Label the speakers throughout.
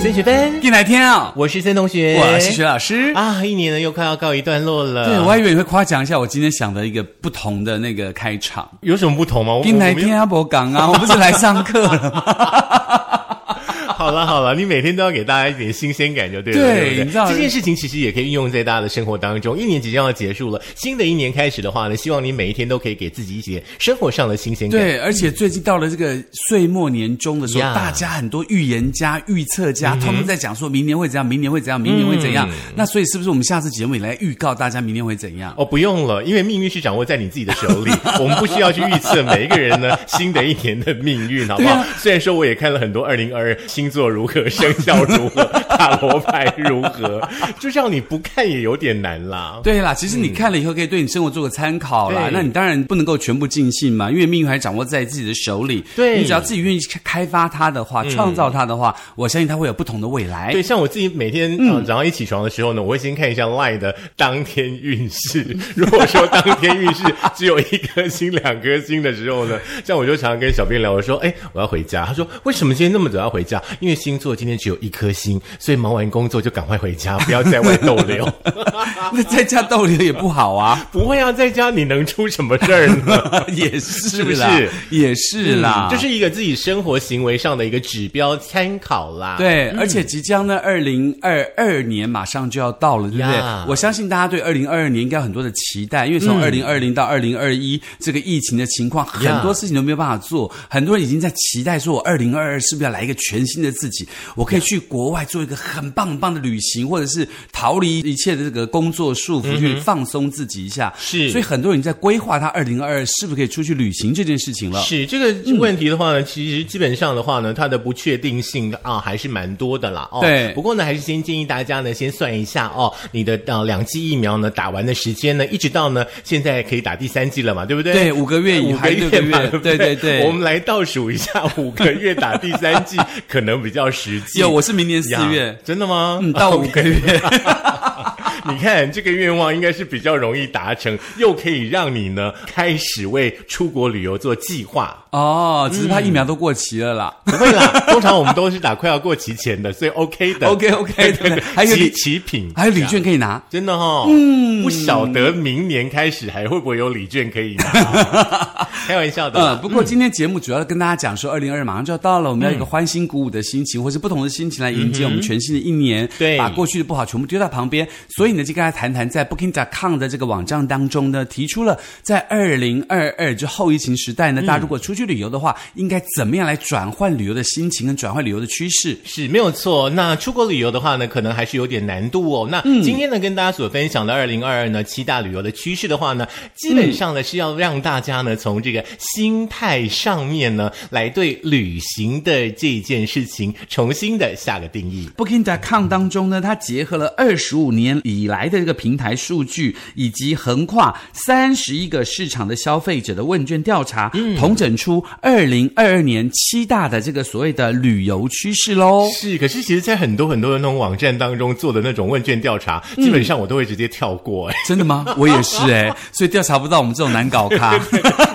Speaker 1: 孙学芬，
Speaker 2: 进来听啊！
Speaker 1: 我是孙同学，
Speaker 2: 我是徐老师。呃
Speaker 1: 啊，一年呢又快要告一段落了，
Speaker 2: 对，我还以为你会夸奖一下我今天想的一个不同的那个开场。
Speaker 1: 有什么不同吗？我
Speaker 2: 进
Speaker 1: 哦
Speaker 2: 来
Speaker 1: 我没有
Speaker 2: 听阿伯讲啊，我不是来上课了 吗？
Speaker 1: 好了好了，你每天都要给大家一点新鲜感就对了。
Speaker 2: 对
Speaker 1: 不对
Speaker 2: 你知道
Speaker 1: 这件事情其实也可以运用在大家的生活当中。一年即将要结束了，新的一年开始的话呢，希望你每一天都可以给自己一些生活上的新鲜感。
Speaker 2: 对，而且最近到了这个岁末年终的时候
Speaker 1: Yeah Mm-hmm
Speaker 2: 大家很多预言家、预测家，他们在讲说明年会怎样，明年会怎样，明年会怎
Speaker 1: Mm
Speaker 2: 样。那所以是不是我们下次节目也来预告大家明年会怎样？
Speaker 1: 哦，不用了，因为命运是掌握在你自己的手里，我们不需要去预测每一个人呢新的一年的命运，好不好？
Speaker 2: 对啊
Speaker 1: 虽然说我也看了很多二零二二星座如何、生肖如何、塔罗牌如何，就让你不看也有点难啦。
Speaker 2: 对啦，其实你看了以后可以对你生活做个参考啦。
Speaker 1: 嗯对
Speaker 2: 那你当然不能够全部尽信嘛，因为命运还掌握在自己的手里。
Speaker 1: 对嗯
Speaker 2: 你只要自己愿意去开发它的话，创造它的话，我相信它会有不同的未来。
Speaker 1: 对，像我自己每天
Speaker 2: 嗯
Speaker 1: 呃早上一起床的时候呢，我会先看一下 LINE 的当天运 势。如果说当天运势只有一颗星、两颗星的时候呢，像我就常常跟小编聊，我说：“哎，我要回家。”他说：“为什么今天那么早要回家？因为星座今天只有一颗星，所以忙完工作就赶快回 家，不要在外逗留。。
Speaker 2: 那 在家逗留也不好啊
Speaker 1: 不会啊，在家你能出什么事儿呢？”
Speaker 2: 也是
Speaker 1: 不
Speaker 2: 啦，
Speaker 1: 是嗯
Speaker 2: 也 是啦，
Speaker 1: 这是一个自己生活行为上的一个指标参考啦。。
Speaker 2: 对，而且即将呢，二零二二年马上就要到了，对不对
Speaker 1: 呀？
Speaker 2: 我相信大家对二零二二年应该有很多的期待，因为从二零二零到二零二一这个疫情的情况，很
Speaker 1: 呀
Speaker 2: 多事情都没有办法做，很多人已经在期待说，我二零二二是不是要来一个全新的自己？我可以去国外做一个很棒很棒的旅行，或者是逃离一切的这个工作束缚，去放松自己一下。
Speaker 1: 是
Speaker 2: 所以很多人在规划他二零二二是不是可以出去旅行这件事情了。
Speaker 1: 是这
Speaker 2: 嗯
Speaker 1: 个问题的话呢，其实基本上的话呢，它的不确定性啊还是蛮多的啦。哦，
Speaker 2: 对
Speaker 1: 不过呢，还是先建议大家呢，先算一下哦，你的呃两剂疫苗呢打完的时间呢，一直到呢现在可以打第三剂了嘛，对不对？
Speaker 2: 对五个月以
Speaker 1: 五
Speaker 2: 还
Speaker 1: 个
Speaker 2: 有六个
Speaker 1: 月嘛
Speaker 2: 月，
Speaker 1: 对不
Speaker 2: 对对对
Speaker 1: 我们来倒数一 下，五个月打第三剂可能比较实际。
Speaker 2: 有，我是明年四
Speaker 1: 呀
Speaker 2: 月，
Speaker 1: 真的吗？
Speaker 2: 嗯，到五
Speaker 1: OK
Speaker 2: 个月。
Speaker 1: 你看这个愿望应该是比较容易达成，又可以让你呢开始为出国旅游做计划。
Speaker 2: 哦，只是怕疫苗都过期了啦。
Speaker 1: 不会啦， 通常我们都是打快要过期前的，所以 OK 的
Speaker 2: OK，OK，
Speaker 1: 嗯对
Speaker 2: 哎对
Speaker 1: 对
Speaker 2: 对
Speaker 1: 对，
Speaker 2: 还有
Speaker 1: 礼
Speaker 2: 礼
Speaker 1: 礼品，
Speaker 2: 还有礼券可以拿，
Speaker 1: 真的哈、哦，嗯，不晓得明年开始还会不会有礼券可以 拿，开玩笑的
Speaker 2: 呃，
Speaker 1: 啦。
Speaker 2: 不过今天节目主要跟大家讲说，二零二马上就要到了，我们要一
Speaker 1: 嗯
Speaker 2: 个欢欣鼓舞的心情，或是不同的心情来迎接我们全新的一年，
Speaker 1: 对
Speaker 2: 把过去的不好全部丢到旁边。所以呢，就跟大家谈谈，在 Booking.com 的这个网站当中呢，提出了在二零二二就后疫情时代
Speaker 1: 嗯
Speaker 2: 呢，大家如果出去旅游的话，应该怎么样来转换旅游的心情跟转换旅游的趋势。
Speaker 1: 是没有错。那出国旅游的话呢，可能还是有点难度哦。那
Speaker 2: 嗯
Speaker 1: 今天呢，跟大家所分享的二零二二呢七大旅游的趋势的话呢，基本上呢是要让大家呢从这个心态上面呢来对旅行的这件事情重新的下个定义。
Speaker 2: Booking.com 当中呢，它结合了二十五年以来的这个平台数据，以及横跨三十一个市场的消费者的问卷调查，统整出二零二二年七大的这个所谓的旅游趋势喽。
Speaker 1: 是，可是其实，在很多很多的那种网站当中做的那种问卷调查，基本上我都会直接跳过、哎、
Speaker 2: 真的吗？我也是哎、所以调查不到我们这种难搞 咖。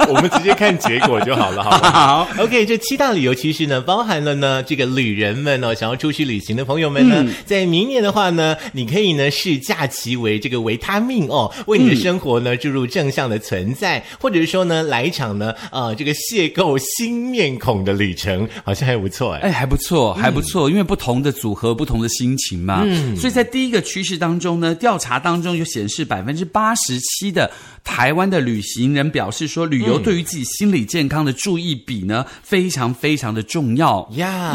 Speaker 1: 我们直接看结果就好了，好不 好 o k 这七大理由其实呢，包含了呢，这个旅人们哦，想要出去旅行的朋友们呢，在明年的话呢，你可以呢视假期为这个维他命哦，为你的生活呢注入正向的存在，或者是说呢，来一场呢，呃，这个邂逅新面孔的旅程，好像还不错哎。
Speaker 2: 哎，还不错，还不错，因为不同的组合，不同的心情嘛。所以在第一个趋势当中呢，调查当中就显示百分之八十七的台湾的旅行人表示说，旅游对于自己心理健康的注意比呢，非常非常的重要。
Speaker 1: 呀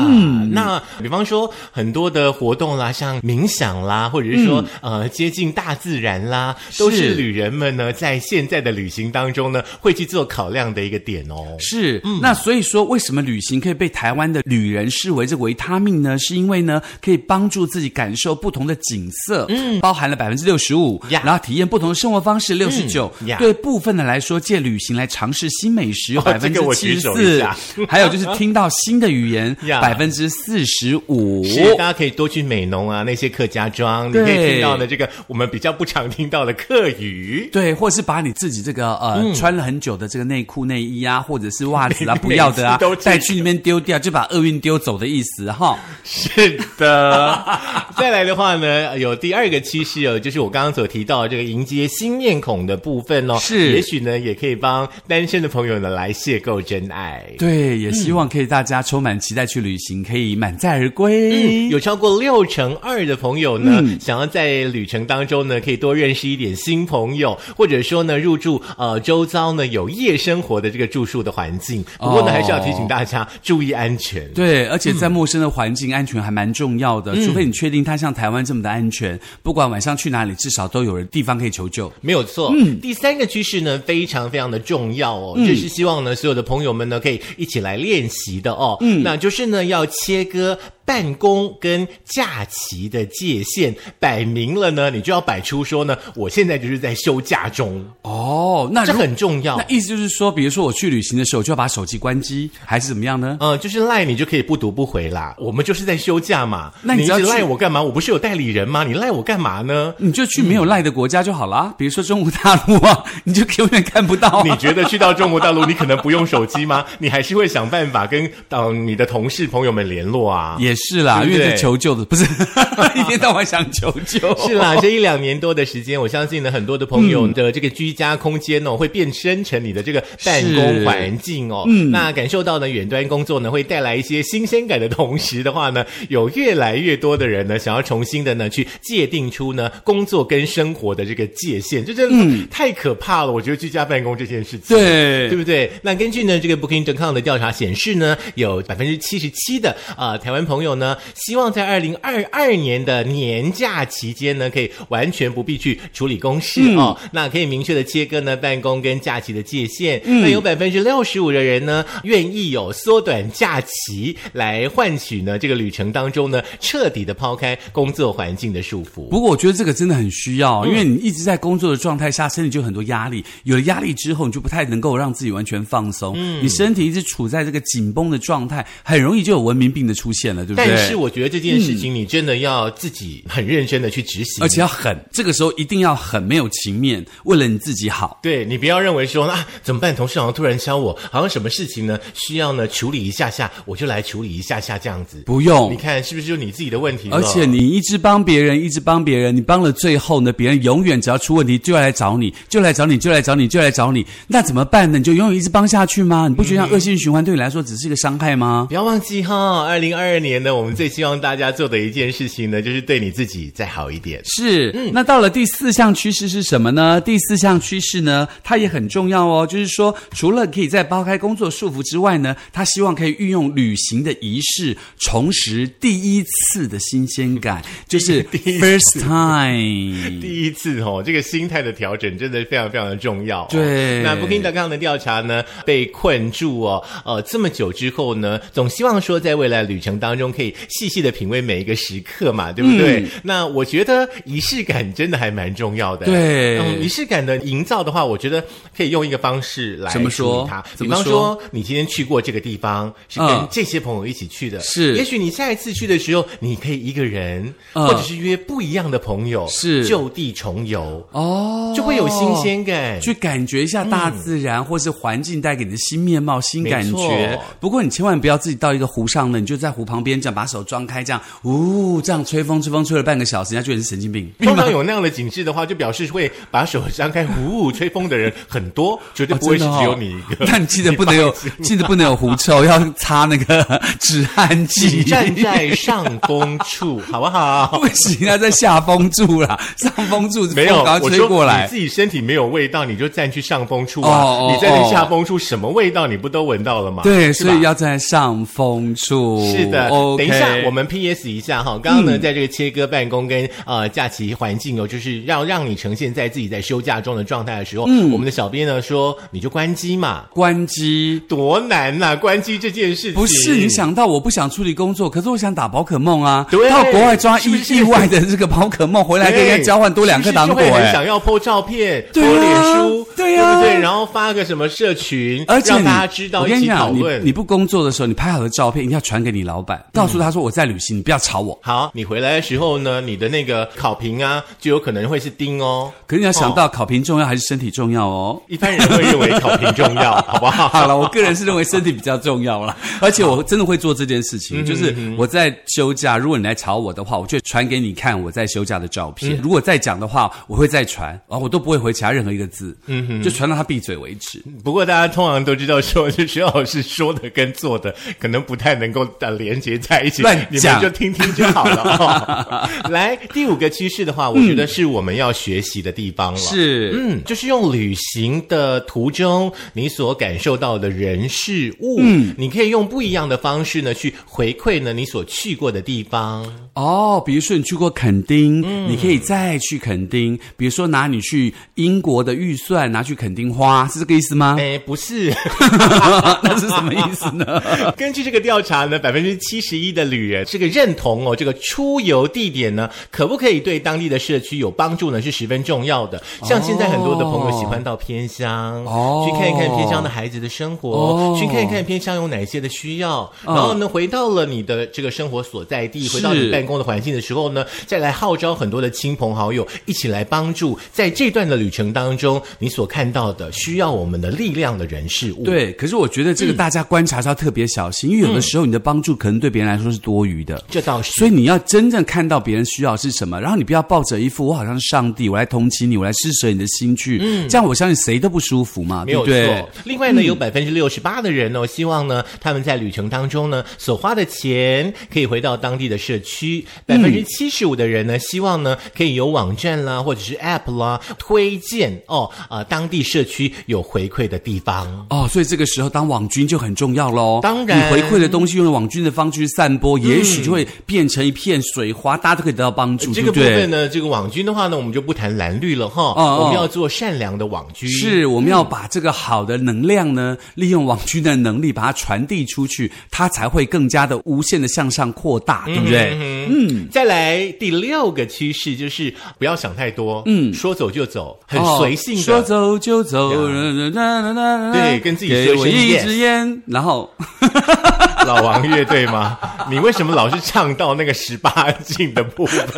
Speaker 1: 那比方说很多的活动啦，像冥想啦，或者是说、呃接近大自然啦，都是
Speaker 2: 是
Speaker 1: 旅人们呢在现在的旅行当中呢会去做考量的一个点哦。
Speaker 2: 是，那所以说，为什么旅行可以被台湾的旅人视为这个维他命呢？是因为呢，可以帮助自己感受不同的景色，嗯，包含了百分之六十五，
Speaker 1: 呀
Speaker 2: 然后体验不同的生活方式六十九
Speaker 1: 嗯呀，
Speaker 2: 对部分的来说，借旅行来尝试新美食有
Speaker 1: 哦
Speaker 2: 百
Speaker 1: 这
Speaker 2: 分之
Speaker 1: 个我
Speaker 2: 七
Speaker 1: 举
Speaker 2: 十
Speaker 1: 手一
Speaker 2: 四
Speaker 1: 下，
Speaker 2: 还有就是听到新的 语言
Speaker 1: 呀
Speaker 2: 百分之四十五。
Speaker 1: 是，大家可以多去美浓啊，那些客家庄，你可以
Speaker 2: 对
Speaker 1: 听到呢这个个我们比较不常听到的客语。
Speaker 2: 对，或是把你自己这个呃、
Speaker 1: 嗯
Speaker 2: 穿了很久的这个内裤、内衣啊，或者是袜 子啊不要的啊
Speaker 1: 每次都，是
Speaker 2: 带去那边丢掉，就把厄运丢走的意思哈。
Speaker 1: 是的， 再来的话呢，有第二个趋势哦，就是我刚刚所提到的这个迎接新面孔的部分哦，
Speaker 2: 是
Speaker 1: 也许呢也可以帮单身的朋友呢来邂逅真爱。
Speaker 2: 对，也希望可以大家充满期待去旅行，可以满载而归。
Speaker 1: 嗯有超过六成二的朋友呢，想要在旅程当中呢，可以多认识一点新朋友，或者说呢，入住呃周遭呢有夜生活的这个住宿的环境。不过呢，
Speaker 2: 哦
Speaker 1: 还是要提醒大家注意安全。
Speaker 2: 对，而且在陌生的环境，安全还蛮重要的。
Speaker 1: 嗯
Speaker 2: 除非你确定它像台湾这么的安全，不管晚上去哪里，至少都有人地方可以求救。
Speaker 1: 没有错，第三个趋势呢，非常非常的重要哦，这是希望呢，所有的朋友们呢，可以一起来练习的哦。嗯，那就是呢，要切割办公跟假期的界限，摆明了呢，你就要摆出说呢，我现在就是在休假中，
Speaker 2: 哦，那
Speaker 1: 这
Speaker 2: 如
Speaker 1: 很重要
Speaker 2: 那。意思就是说，比如说我去旅行的时候，我就要把手机关机，还是怎么样呢？
Speaker 1: 嗯，就是赖你就可以不读不回啦。我们就是在休假嘛。
Speaker 2: 那
Speaker 1: 你
Speaker 2: 你
Speaker 1: 一
Speaker 2: 只要
Speaker 1: 直赖
Speaker 2: 去
Speaker 1: 我干嘛？我不是有代理人吗？你赖我干嘛呢？
Speaker 2: 你就去没有赖的国家就好啦，比如说中国大陆啊，你就永远看不到、啊。
Speaker 1: 嗯你觉得去到中国大陆，你可能不用手机吗？你还是会想办法跟呃你的同事朋友们联络啊。
Speaker 2: 也是啦，
Speaker 1: 对不
Speaker 2: 因为
Speaker 1: 对
Speaker 2: 是求救 的，不是 一天到晚想求救。
Speaker 1: 是啦，这一两年多的时间，我相信呢，很多的朋友的这个居家空间哦，会变深成你的这个办公环境哦。嗯，那感受到呢，远端工作呢，会带来一些新鲜感的同时的话呢，有越来越多的人呢，想要重新的呢，去界定出呢工作跟生活的这个界限，这真的太可怕了。我觉得居家办公这件事情，
Speaker 2: 对
Speaker 1: 对不对？那根据呢这个 Booking.com 的调查显示呢，有百分之七十七的啊、呃台湾朋友呢，希望在二零二二年的年假期间呢，可以完全不必去处理公事、
Speaker 2: 嗯
Speaker 1: 哦，那可以明确的切割呢办公跟假期的界限。
Speaker 2: 嗯
Speaker 1: 那有百分之六十五的人呢，愿意有缩短假期来换取呢这个旅程当中呢彻底的抛开工作环境的束缚。
Speaker 2: 不过我觉得这个真的很需
Speaker 1: 嗯
Speaker 2: 要，因为你一直在工作的状态下，身体就有很多压力。有了压力之后，你就不太能够让自己完全放松。
Speaker 1: 嗯
Speaker 2: 你身体一直处在这个紧绷的状态，很容易就有文明病的出现了，对不对？
Speaker 1: 但是我觉得这件事情，你真的要自己很认真的去执行，
Speaker 2: 而且要狠，这个时候一定要狠，没有情面，为了你自己好。
Speaker 1: 对你不要认为说 啊怎么办？同事好像突然敲我，好像什么事情呢需要呢处理一下下，我就来处理一下下这样子。
Speaker 2: 不用
Speaker 1: 你，看是不是就你自己的问题了？
Speaker 2: 而且你一直帮别人，一直帮别人，你帮了最后呢，别人永远只要出问题就要来找你，就来找你，就来找你，就来找你，那怎么办呢？你就永远一直帮下去吗？你不觉
Speaker 1: 嗯
Speaker 2: 得像恶性循环对你来说只是一个伤害吗？
Speaker 1: 不要忘记哈，二零二二年呢，我们最希望大家做的一件事情呢，就是对你自己再好一点。
Speaker 2: 是，
Speaker 1: 嗯
Speaker 2: 那到了第四项趋势是什么呢？第四项趋势呢，它也很重要哦，就是说，除了可以在抛开工作束缚之外呢，他希望可以运用旅行的仪式，重拾第一次的新鲜 感，就是 first time。
Speaker 1: 第一次哦，这个心态的调整真的非常非常的重要、哦。
Speaker 2: 对
Speaker 1: 那 Booking.com 的调查呢，被困住哦，呃，这么久之后呢，总希望说在未来旅程当中可以细细的品味每一个时刻嘛，对不对？
Speaker 2: 嗯
Speaker 1: 那我觉得仪式感真的还蛮重要的。
Speaker 2: 对
Speaker 1: 嗯，仪式感的营造的话，我觉得可以用一个方式来
Speaker 2: 怎么
Speaker 1: 处理
Speaker 2: 说
Speaker 1: 它，比
Speaker 2: 怎么
Speaker 1: 方
Speaker 2: 说
Speaker 1: 说你今天去过这个地方，是跟
Speaker 2: 嗯
Speaker 1: 这些朋友一起去的，
Speaker 2: 是
Speaker 1: 也许你下一次去的时候，你可以一个人，
Speaker 2: 嗯
Speaker 1: 或者是约不一样的朋友，
Speaker 2: 是
Speaker 1: 就地重游，
Speaker 2: 哦，
Speaker 1: 就会有新鲜感。
Speaker 2: 去感觉一下大自然、或是环境带给你的新面貌、新感
Speaker 1: 没
Speaker 2: 觉
Speaker 1: 错。
Speaker 2: 不过你千万不要自己到一个湖上呢，你就在湖旁边这样把手张开，这样呜、这样吹风，吹风吹了半个小时，人家觉得你是神经病。
Speaker 1: 通常有那样的景致的话，就表示会把手张开，呼呼吹风的人很多，绝对
Speaker 2: 哦
Speaker 1: 不会是
Speaker 2: 真的哦
Speaker 1: 只有 你 一个。
Speaker 2: 但你记得不能有，记得不能有狐臭，要擦那个止汗
Speaker 1: 请
Speaker 2: 剂。
Speaker 1: 站在上风 处，好不好？
Speaker 2: 不行，要在下风处啦，上风处
Speaker 1: 没有，
Speaker 2: 刚
Speaker 1: 我
Speaker 2: 吹过
Speaker 1: 说你
Speaker 2: 来。
Speaker 1: 自己身体没有味道，你就站去上风处
Speaker 2: 哦
Speaker 1: 啊！
Speaker 2: 哦
Speaker 1: 你在那
Speaker 2: 哦
Speaker 1: 下风处，什么味道你不都闻到了吗？
Speaker 2: 对，
Speaker 1: 是吧
Speaker 2: 所以要在上风处。
Speaker 1: 是的
Speaker 2: o
Speaker 1: 等一下我们 PS 一下哈。刚刚
Speaker 2: 嗯
Speaker 1: 呢，在这个切割办公跟呃假期环境哦，就是要让你呈现在自己在休假中的状态的时候，
Speaker 2: 嗯
Speaker 1: 我们的小编呢说你就关机嘛，
Speaker 2: 关机。
Speaker 1: 多难呐、关机这件事情
Speaker 2: 不是你。想到我不想处理工作，可是我想打宝可梦啊！
Speaker 1: 对
Speaker 2: 到国外抓
Speaker 1: 是
Speaker 2: 意
Speaker 1: 不是
Speaker 2: 意外的这个宝可梦回来
Speaker 1: 对
Speaker 2: 跟人家交换多两颗糖果
Speaker 1: 是不是就会很
Speaker 2: 哎、
Speaker 1: 想要 po 照片、
Speaker 2: 对啊
Speaker 1: po 脸书，
Speaker 2: 对啊
Speaker 1: 对不对？然后发个什么社群，
Speaker 2: 而且
Speaker 1: 让
Speaker 2: 你
Speaker 1: 大家知道，
Speaker 2: 我跟
Speaker 1: 一
Speaker 2: 你
Speaker 1: 起讨
Speaker 2: 讲，你
Speaker 1: 论。
Speaker 2: 你不工作的时候，你拍好的照片一定要传给你老板，到告诉他
Speaker 1: 嗯
Speaker 2: 说我在旅行，你不要吵我。
Speaker 1: 好，你回来的时候呢，你的那个考评啊，就有可能会是丁哦。
Speaker 2: 可是你要想到考评重要还是身体重要哦。
Speaker 1: 一般人会认为考评重要，好不好？
Speaker 2: 好了，我个人是认为身体比较重要 啦，而且我真的会做这件事
Speaker 1: 嗯
Speaker 2: 情，就是我在休假，如果你来吵我的话，我就传给你看我在休假的照片。
Speaker 1: 嗯
Speaker 2: 如果再讲的话，我会再传，然后我都不会回其他任何一个字，
Speaker 1: 嗯
Speaker 2: 就传到他闭嘴为止。
Speaker 1: 不过大家通常都知道说，就徐老师说的跟做的可能不太能够呃连接在一起，
Speaker 2: 乱
Speaker 1: 你们
Speaker 2: 讲
Speaker 1: 就听听就好了、 哦。来，第五个趋势的话，我觉得是我们要学习的地方了。。
Speaker 2: 是，
Speaker 1: 嗯，就是用旅行的途中，你所感受到的人事物，嗯，你可以用不一样的方式呢，去回馈呢你所去过的地方。
Speaker 2: 哦，比如说你去过垦丁，
Speaker 1: 嗯
Speaker 2: 你可以再去垦丁。比如说拿你去英国的预算拿去垦丁花，是这个意思吗？
Speaker 1: 哎，不是，
Speaker 2: 那是什么意思呢？
Speaker 1: 根据这个调查呢，百分之七十一的旅人这个认同哦，这个出游地点呢，可不可以对当地的社区有帮助呢，是十分重要的。像现在很多的朋友喜欢到偏乡，
Speaker 2: 哦
Speaker 1: 去看一看偏乡的孩子的生活，
Speaker 2: 哦嗯
Speaker 1: 去看一看偏乡有哪些的需要，然后呢，回到了你的这个生活所在地，
Speaker 2: 是
Speaker 1: 回到你办公的环境的时候呢，再来号召很多的亲朋好友一起来帮助，在这段的旅程当中，你所看到的需要我们的力量的人事物。。
Speaker 2: 对，可是我觉得
Speaker 1: 嗯
Speaker 2: 这个大家观察是要特别小心，因为有的时候你的帮助可能对别人来说是多余的。
Speaker 1: 这倒是，
Speaker 2: 所以你要真正看到别人需要是什么，然后你不要抱着一副我好像是上帝，我来同情你，我来施舍你的心去，这样我相信谁都不舒服嘛，
Speaker 1: 嗯没
Speaker 2: 对嗯
Speaker 1: 有
Speaker 2: 不
Speaker 1: 错
Speaker 2: 对？。
Speaker 1: 另外呢，有百分之六十八的人哦，希望呢他们在旅程当中呢所花的钱可以回到当地的社区。
Speaker 2: 嗯
Speaker 1: 百分之七十五的人呢，希望呢可以有网站啦，或者是 App 啦推荐哦，啊当地社区有回馈的地方。
Speaker 2: 哦，所以这个时候当网军就很重要喽。
Speaker 1: 当然嗯
Speaker 2: 你回馈的东西用网军的方式去散播，也许就会变成一片水花，大家都可以得到帮助，
Speaker 1: 这个部
Speaker 2: 嗯对不对
Speaker 1: 分？呢，这个网军的话呢，我们就不谈蓝绿了哈，
Speaker 2: 哦
Speaker 1: 我们要做善良的网军。
Speaker 2: 嗯是，我们要把这个好的能量呢，利用网军的能力把它传递出去，它才会更加的无限的向上扩大，对不对？
Speaker 1: 嗯，再来第六个趋势就是不要想太多，嗯，说走就走，很
Speaker 2: 哦
Speaker 1: 随性的，
Speaker 2: 说走就走，
Speaker 1: 呀对
Speaker 2: 对
Speaker 1: 跟自己
Speaker 2: 给
Speaker 1: 说一
Speaker 2: 我
Speaker 1: 声
Speaker 2: 一
Speaker 1: yes
Speaker 2: 支烟，然后
Speaker 1: 老王乐队吗？ 你为什么老是唱到那个十八禁的部分？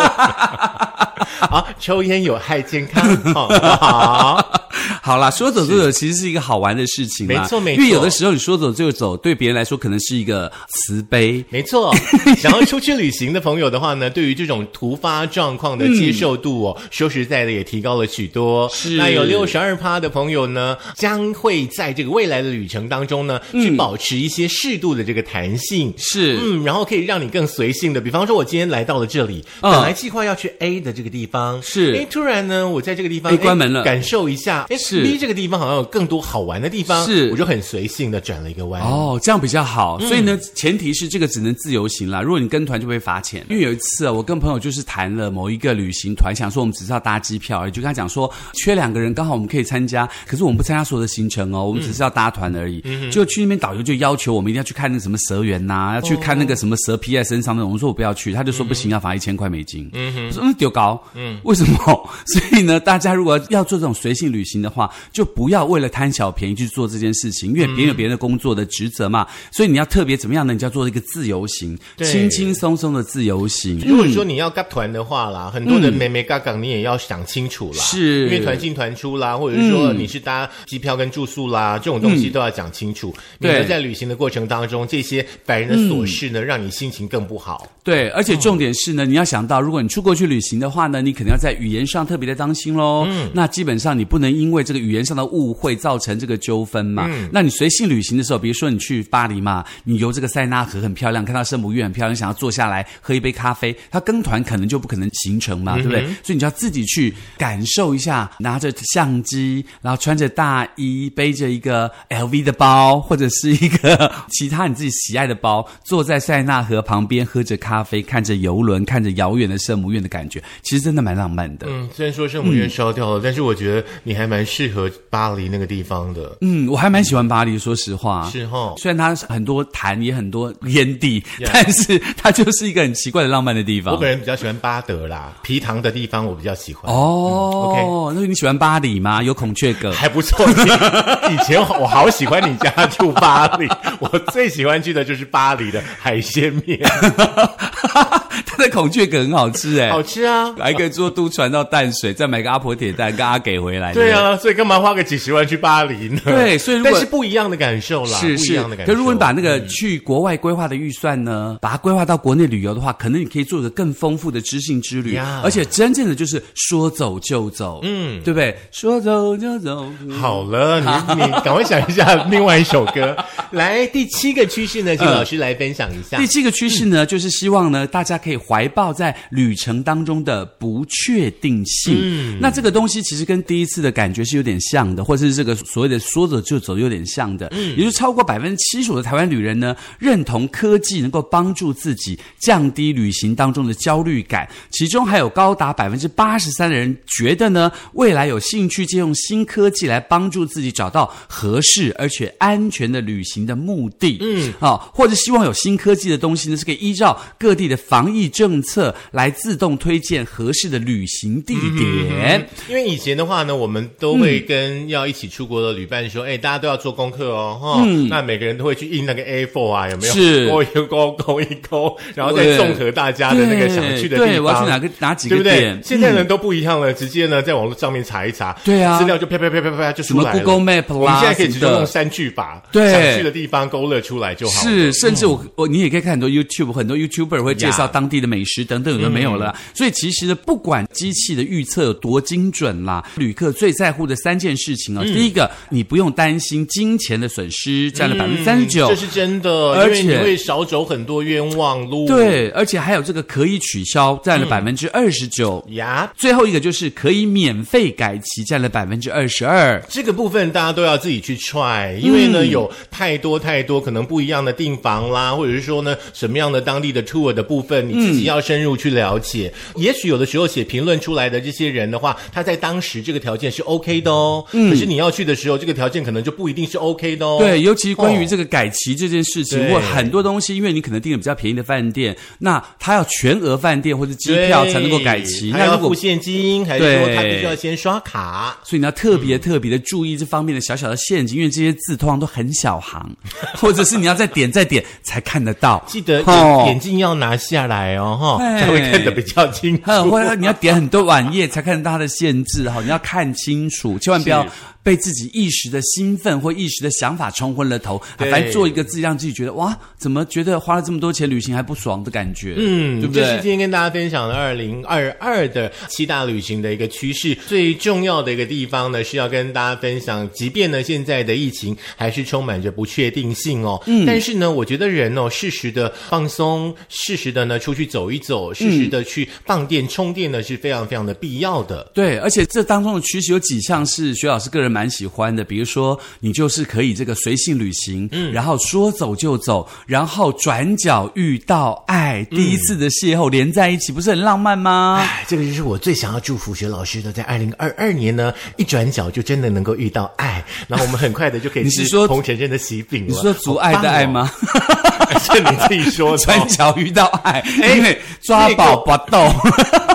Speaker 1: 好，抽烟有害健康，好不好？
Speaker 2: 好啦，说走就走其实是一个好玩的事情啦，
Speaker 1: 没错没
Speaker 2: 因为有
Speaker 1: 错
Speaker 2: 的时候你说走就走，对别人来说可能是一个慈悲，
Speaker 1: 没错，想要出去旅行的朋友的话呢，对于这种突发状况的接受度哦，说实在的也提高了许多。
Speaker 2: 是
Speaker 1: 那有六十二趴的朋友呢，将会在这个未来的旅程当中呢，去保持一些适度的这个弹性。
Speaker 2: 是。
Speaker 1: 嗯，然后可以让你更随性的，比方说，我今天来到了这里，本
Speaker 2: 嗯
Speaker 1: 来计划要去 A 的这个地方，
Speaker 2: 是
Speaker 1: 哎，突然呢，我在这个地方
Speaker 2: A 关门了
Speaker 1: 诶感受一下，哎
Speaker 2: 是
Speaker 1: ，B 这个地方好像有更多好玩的地方，
Speaker 2: 是
Speaker 1: 我就很随性的转了一个弯。
Speaker 2: 哦，这样比较好。所以呢，前提是这个只能自由行啦。如果你跟团就被罚钱。因为有一次啊，我跟朋友就是谈了某一个旅行团，想说我们只是要搭机票而已，就跟他讲说缺两个人，刚好我们可以参加，可是我们不参加所有的行程哦，我们只是要搭团而已。就去那边导游就要求我们一定要去看那个什么蛇园呐、要去看那个什么蛇皮在身上那种。我说我不要去，他就说不行，要罚一千块美金。嗯说嗯丢高，嗯，为什么？ 所以呢，大家如果要做这种随性旅行的话，就不要为了贪小便宜去做这件事情，因为别人有别人的工作的职责嘛。所以你要特别怎么样呢？你就要做一个自由行，
Speaker 1: 对
Speaker 2: 轻轻松松的自由行。
Speaker 1: 如果说你要跟团的话啦，很多的妹妹嘎嘎，你也要想清楚啦，
Speaker 2: 嗯是嗯
Speaker 1: 因为团进团出啦，或者是说你是搭机票跟住宿啦，这种东西都要讲清楚，
Speaker 2: 对
Speaker 1: 免得在旅行的过程当中，这些烦人的
Speaker 2: 嗯
Speaker 1: 琐事呢，让你心情更不好。
Speaker 2: 对，而且重点是呢，你要想到，如果你出国去旅行的话呢，你肯定要在语言上特别的当心喽。嗯，那基本上你不能因为这个语言上的误会造成这个纠纷嘛。嗯，那你随性旅行的时候，比如说你去巴黎嘛，你游这个塞纳河很漂亮，看到圣母院很漂亮，想要坐下来喝一杯咖啡，它跟团可能就不可能行程嘛，对不对？
Speaker 1: 嗯
Speaker 2: 所以你就要自己去感受一下，拿着相机，然后穿着大衣，背着一个 LV 的包，或者是一个 其他你自己喜爱的包，坐在塞纳河旁边喝着咖啡，看着游轮，看着遥远的圣母院的感觉，其实真的蛮浪漫的。
Speaker 1: 嗯
Speaker 2: 嗯
Speaker 1: 嗯，虽然说圣母院烧掉了，但是我觉得你还蛮适适合巴黎那个地方的，
Speaker 2: 嗯，我还蛮喜欢巴黎，说实话。
Speaker 1: 是哈。
Speaker 2: 虽然它很多潭也很多烟蒂
Speaker 1: Yeah
Speaker 2: 但是它就是一个很奇怪的浪漫的地
Speaker 1: 我
Speaker 2: 方
Speaker 1: 本。人比较喜欢巴德啦，皮糖的地方我比较喜欢。嗯
Speaker 2: 哦，那你喜欢巴黎吗？有孔雀阁。
Speaker 1: 还不错。 以以前我好喜欢你家住巴黎， 我最喜欢去的就是巴黎的海鲜面，
Speaker 2: 哎它的孔雀梗很好吃哎、
Speaker 1: 好吃啊。
Speaker 2: 还可以坐渡船到淡水，再买个阿婆铁蛋跟阿给回来。
Speaker 1: 对啊，所以干嘛花个几十万去巴黎呢？
Speaker 2: 对所以如果
Speaker 1: 但是不一样的感受
Speaker 2: 不
Speaker 1: 啦，
Speaker 2: 对，是
Speaker 1: 不一
Speaker 2: 是
Speaker 1: 样的。感
Speaker 2: 可
Speaker 1: 受。
Speaker 2: 如果你把那个去国外规划的预算呢，把它规划到国内旅游的话，可能你可以做一个更丰富的知性之旅
Speaker 1: 呀，
Speaker 2: 而且真正的就是说走就走，嗯，对不对？说走就走。
Speaker 1: 好了， 你你赶快想一下另外一首歌。来，第七个趋势呢，请老师来分享一下
Speaker 2: 第。七个趋势呢，就是希望呢，大家可以怀抱在旅程当中的不确定性。那这个东西其实跟第一次的感觉是有点像的，或者是这个所谓的说走就走有点像的。也就是超过百分之七十的台湾旅人呢，认同科技能够帮助自己降低旅行当中的焦虑感，其中还有高达百分之八十三的人觉得呢，未来有兴趣借用新科技来帮助自己找到合适而且安全的旅行的目的。嗯，啊，或者希望有新科技的东西呢，是可以依照各地的防疫政策来自动推荐合适的旅行地
Speaker 1: 嗯
Speaker 2: 点。
Speaker 1: 因为以前的话呢，我们都会跟要一起出国的旅伴说，哎、大家都要做功课哦，哈、那每个人都会去印那个 A4 啊，有没有？
Speaker 2: 是
Speaker 1: 勾一勾，勾一勾，然后再
Speaker 2: 对
Speaker 1: 综合大家的那个想去的地方。
Speaker 2: 对，我要去哪个哪几
Speaker 1: 对
Speaker 2: 个
Speaker 1: 不对
Speaker 2: 点？？
Speaker 1: 现在人都不一样了，直接呢在网络上面查一查，
Speaker 2: 对啊
Speaker 1: 资料就啪啪啪啪啪就
Speaker 2: 什
Speaker 1: 出
Speaker 2: 么
Speaker 1: 来了。
Speaker 2: Google Map 啦
Speaker 1: 我们现在可以直接
Speaker 2: 什么的
Speaker 1: 用三句法，
Speaker 2: 对
Speaker 1: 想去的地方勾勒出来就好嗯了。
Speaker 2: 是，甚至我、我你也可以看很多 YouTube，很多 YouTuber 会介绍当地的美食等等，有的没有了。
Speaker 1: 嗯
Speaker 2: 所以其实呢，不管机器的预测有多精准啦，旅客最在乎的三件事
Speaker 1: 嗯
Speaker 2: 情啊、第一个，你不用担心金钱的损失，占了百分之三十九
Speaker 1: 嗯这。是真的，因
Speaker 2: 而
Speaker 1: 为
Speaker 2: 且
Speaker 1: 你会少走很多冤枉路。
Speaker 2: 对，而且还有这个可以取消，占
Speaker 1: 嗯
Speaker 2: 了百分之二十九。
Speaker 1: 呀，
Speaker 2: 最后一个就是可以免费改期，占了百分之二十二。
Speaker 1: 这个部分大家都要自己去 try，因为呢、
Speaker 2: 嗯
Speaker 1: 有太多太多可能不一样的订房啦，或者是说呢什么样的当地的 tour 的部分，你自己要深入去了解。
Speaker 2: 嗯
Speaker 1: 也许有的时候写评论出来的这些人的话，他在当时这个条件是 OK 的哦，可是你要去的时候，这个条件可能就不一定是 OK 的哦。
Speaker 2: 嗯对，尤其关于
Speaker 1: 哦
Speaker 2: 这个改期这件事情，
Speaker 1: 对
Speaker 2: 或很多东西，因为你可能订了比较便宜的饭店，那他要全额饭店或者机票才能够改期。
Speaker 1: 还
Speaker 2: 那
Speaker 1: 要
Speaker 2: 如
Speaker 1: 付
Speaker 2: 果
Speaker 1: 现金，还是说
Speaker 2: 对
Speaker 1: 他必须要先刷卡？
Speaker 2: 所以你要特别特别的注意这方面的小小的陷阱，因为这些字通常都很小 行，或者是你要再点再点才看得到。
Speaker 1: 记得眼、
Speaker 2: 哦
Speaker 1: 眼镜要拿下来哦，哈，
Speaker 2: 哎
Speaker 1: 才会看得比较清 楚。
Speaker 2: 还有，或者你要点很多晚宴才看得到它的限制哈，你要看清楚，千万不要
Speaker 1: 是
Speaker 2: 被自己一时的兴奋或一时的想法冲昏了头。
Speaker 1: 对
Speaker 2: 反正做一个自己让自己觉得哇，怎么觉得花了这么多钱旅行还不爽的感觉，嗯，对不
Speaker 1: 这是
Speaker 2: 对？
Speaker 1: 今天跟大家分享的二零二二的七大旅行的一个趋势。最重要的一个地方呢，是要跟大家分享，即便呢现在的疫情还是充满着不确定性哦，嗯，但是呢，我觉得人哦，适时的放松，适时的呢出去走一走，适时的去放电充电呢，是非常非常的必要的。
Speaker 2: 对，而且这当中的趋势有几项是徐老师个人蛮喜欢的，比如说你就是可以这个随性旅行，嗯，然后说走就走，然后转角遇到爱，第一次的邂逅连在一起，不是很浪漫吗？
Speaker 1: 嗯哎，这个就是我最想要祝福学老师的，在二零二二年呢，一转角就真的能够遇到爱，然后我们很快的就可 以
Speaker 2: 你是
Speaker 1: 吃
Speaker 2: 说
Speaker 1: 红城镇的喜饼了。
Speaker 2: 你是说 阻碍
Speaker 1: 哦
Speaker 2: 的爱吗？
Speaker 1: 好棒哦？是你自己说的哎
Speaker 2: 转
Speaker 1: 哦。
Speaker 2: 角遇到 爱，因为抓宝不到。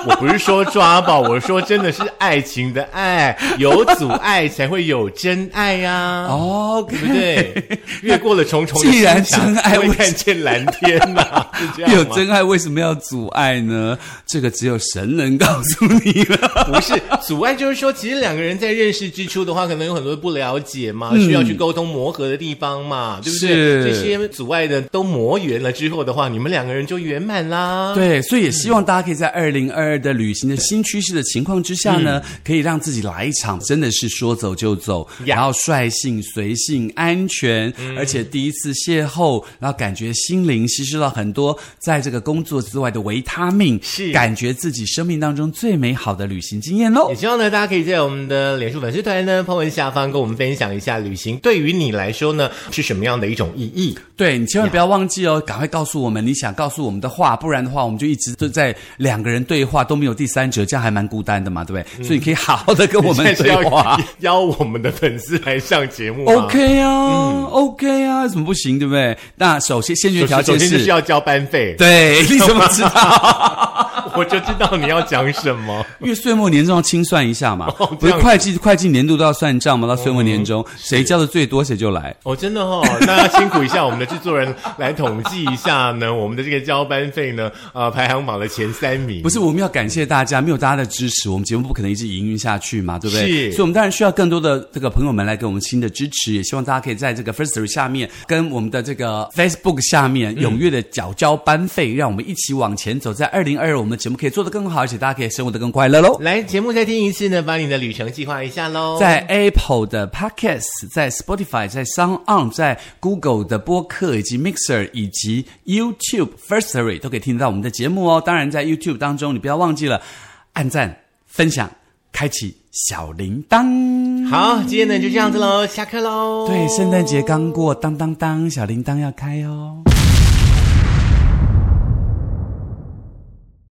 Speaker 1: 我不是说抓宝， 我是说真的是爱情的爱，有阻碍才会有真爱呀、
Speaker 2: 哦，对
Speaker 1: 对不对？越过了重重的
Speaker 2: 既然
Speaker 1: 心墙
Speaker 2: 真爱
Speaker 1: 会
Speaker 2: 为
Speaker 1: 看见蓝天呐、 是这样吗
Speaker 2: 有真爱为什么要阻碍呢？这个只有神能告诉你 了。
Speaker 1: 不是阻碍，就是说，其实两个人在认识之初的话，可能有很多不了解嘛，需要去沟通磨合的地方嘛，对不对？
Speaker 2: 嗯是
Speaker 1: 这些阻碍的都磨圆了之后的话，你们两个人就圆满啦。
Speaker 2: 对，所以也希望大家可以在二零二二的旅行的新趋势的情况之下呢，
Speaker 1: 嗯
Speaker 2: 可以让自己来一场真的是说走就走，
Speaker 1: 呀
Speaker 2: 然后率性、随性、安全，
Speaker 1: 嗯
Speaker 2: 而且第一次邂逅，然后感觉心灵吸收到很多在这个工作之外的维他命，
Speaker 1: 是
Speaker 2: 感觉自己生命当中最美好的旅行经验喽
Speaker 1: 也。希望呢，大家可以在我们的脸书粉丝团呢，抛文下方跟我们分享一下旅行对于你来说呢是什么样的一种意义。
Speaker 2: 对你千万不要忘记哦，赶快告诉我们你想告诉我们的话，不然的话我们就一直都在两个人对话，话都没有第三者，这样还蛮孤单的嘛，对不对？所以你可以好好的跟我
Speaker 1: 嗯现在
Speaker 2: 们
Speaker 1: 是
Speaker 2: 对话
Speaker 1: 要。邀我们的粉丝来上节目吗
Speaker 2: OK 啊、o k 啊，怎么不行，对不对？那首先先决
Speaker 1: 首
Speaker 2: 条
Speaker 1: 先首
Speaker 2: 件，
Speaker 1: 先就是是要交班费，
Speaker 2: 对，你怎么知道？
Speaker 1: 我就知道你要讲什 么。
Speaker 2: 因为岁末年终要清算一下嘛，
Speaker 1: 哦这
Speaker 2: 不是
Speaker 1: 样
Speaker 2: 会计会计年度都要算账嘛？到岁末年终，谁交的最多谁就来。
Speaker 1: 哦，真的哦，那要辛苦一下我们的制作人来统计一下呢，我们的这个交班费呢，呃，排行榜的前三名。
Speaker 2: 不是，我们要感谢大家，没有大家的支持，我们节目不可能一直营运下去嘛，对不对？
Speaker 1: 是
Speaker 2: 所以我们当然需要更多的这个朋友们来给我们新的支持，也希望大家可以在这个 Firstory 下面跟我们的这个 Facebook 下面踊跃的缴交班费，让我们一起往前走，在二零二二我们的节目可以做得更好，而且大家可以生活得更快乐喽。
Speaker 1: 来节目再听一次呢，把你的旅程计划一下喽。
Speaker 2: 在 Apple 的 Podcast，在 Spotify，在 Sound On，在 Google 的播客以及 Mixer 以及 YouTube Firstory 都可以听得到我们的节目哦。当然，在 YouTube 当中，你不要忘记了按赞、分享、开启小铃铛。
Speaker 1: 好，今天呢就这样子喽，下课喽。
Speaker 2: 对，圣诞节刚过，当当当，小铃铛要开哦。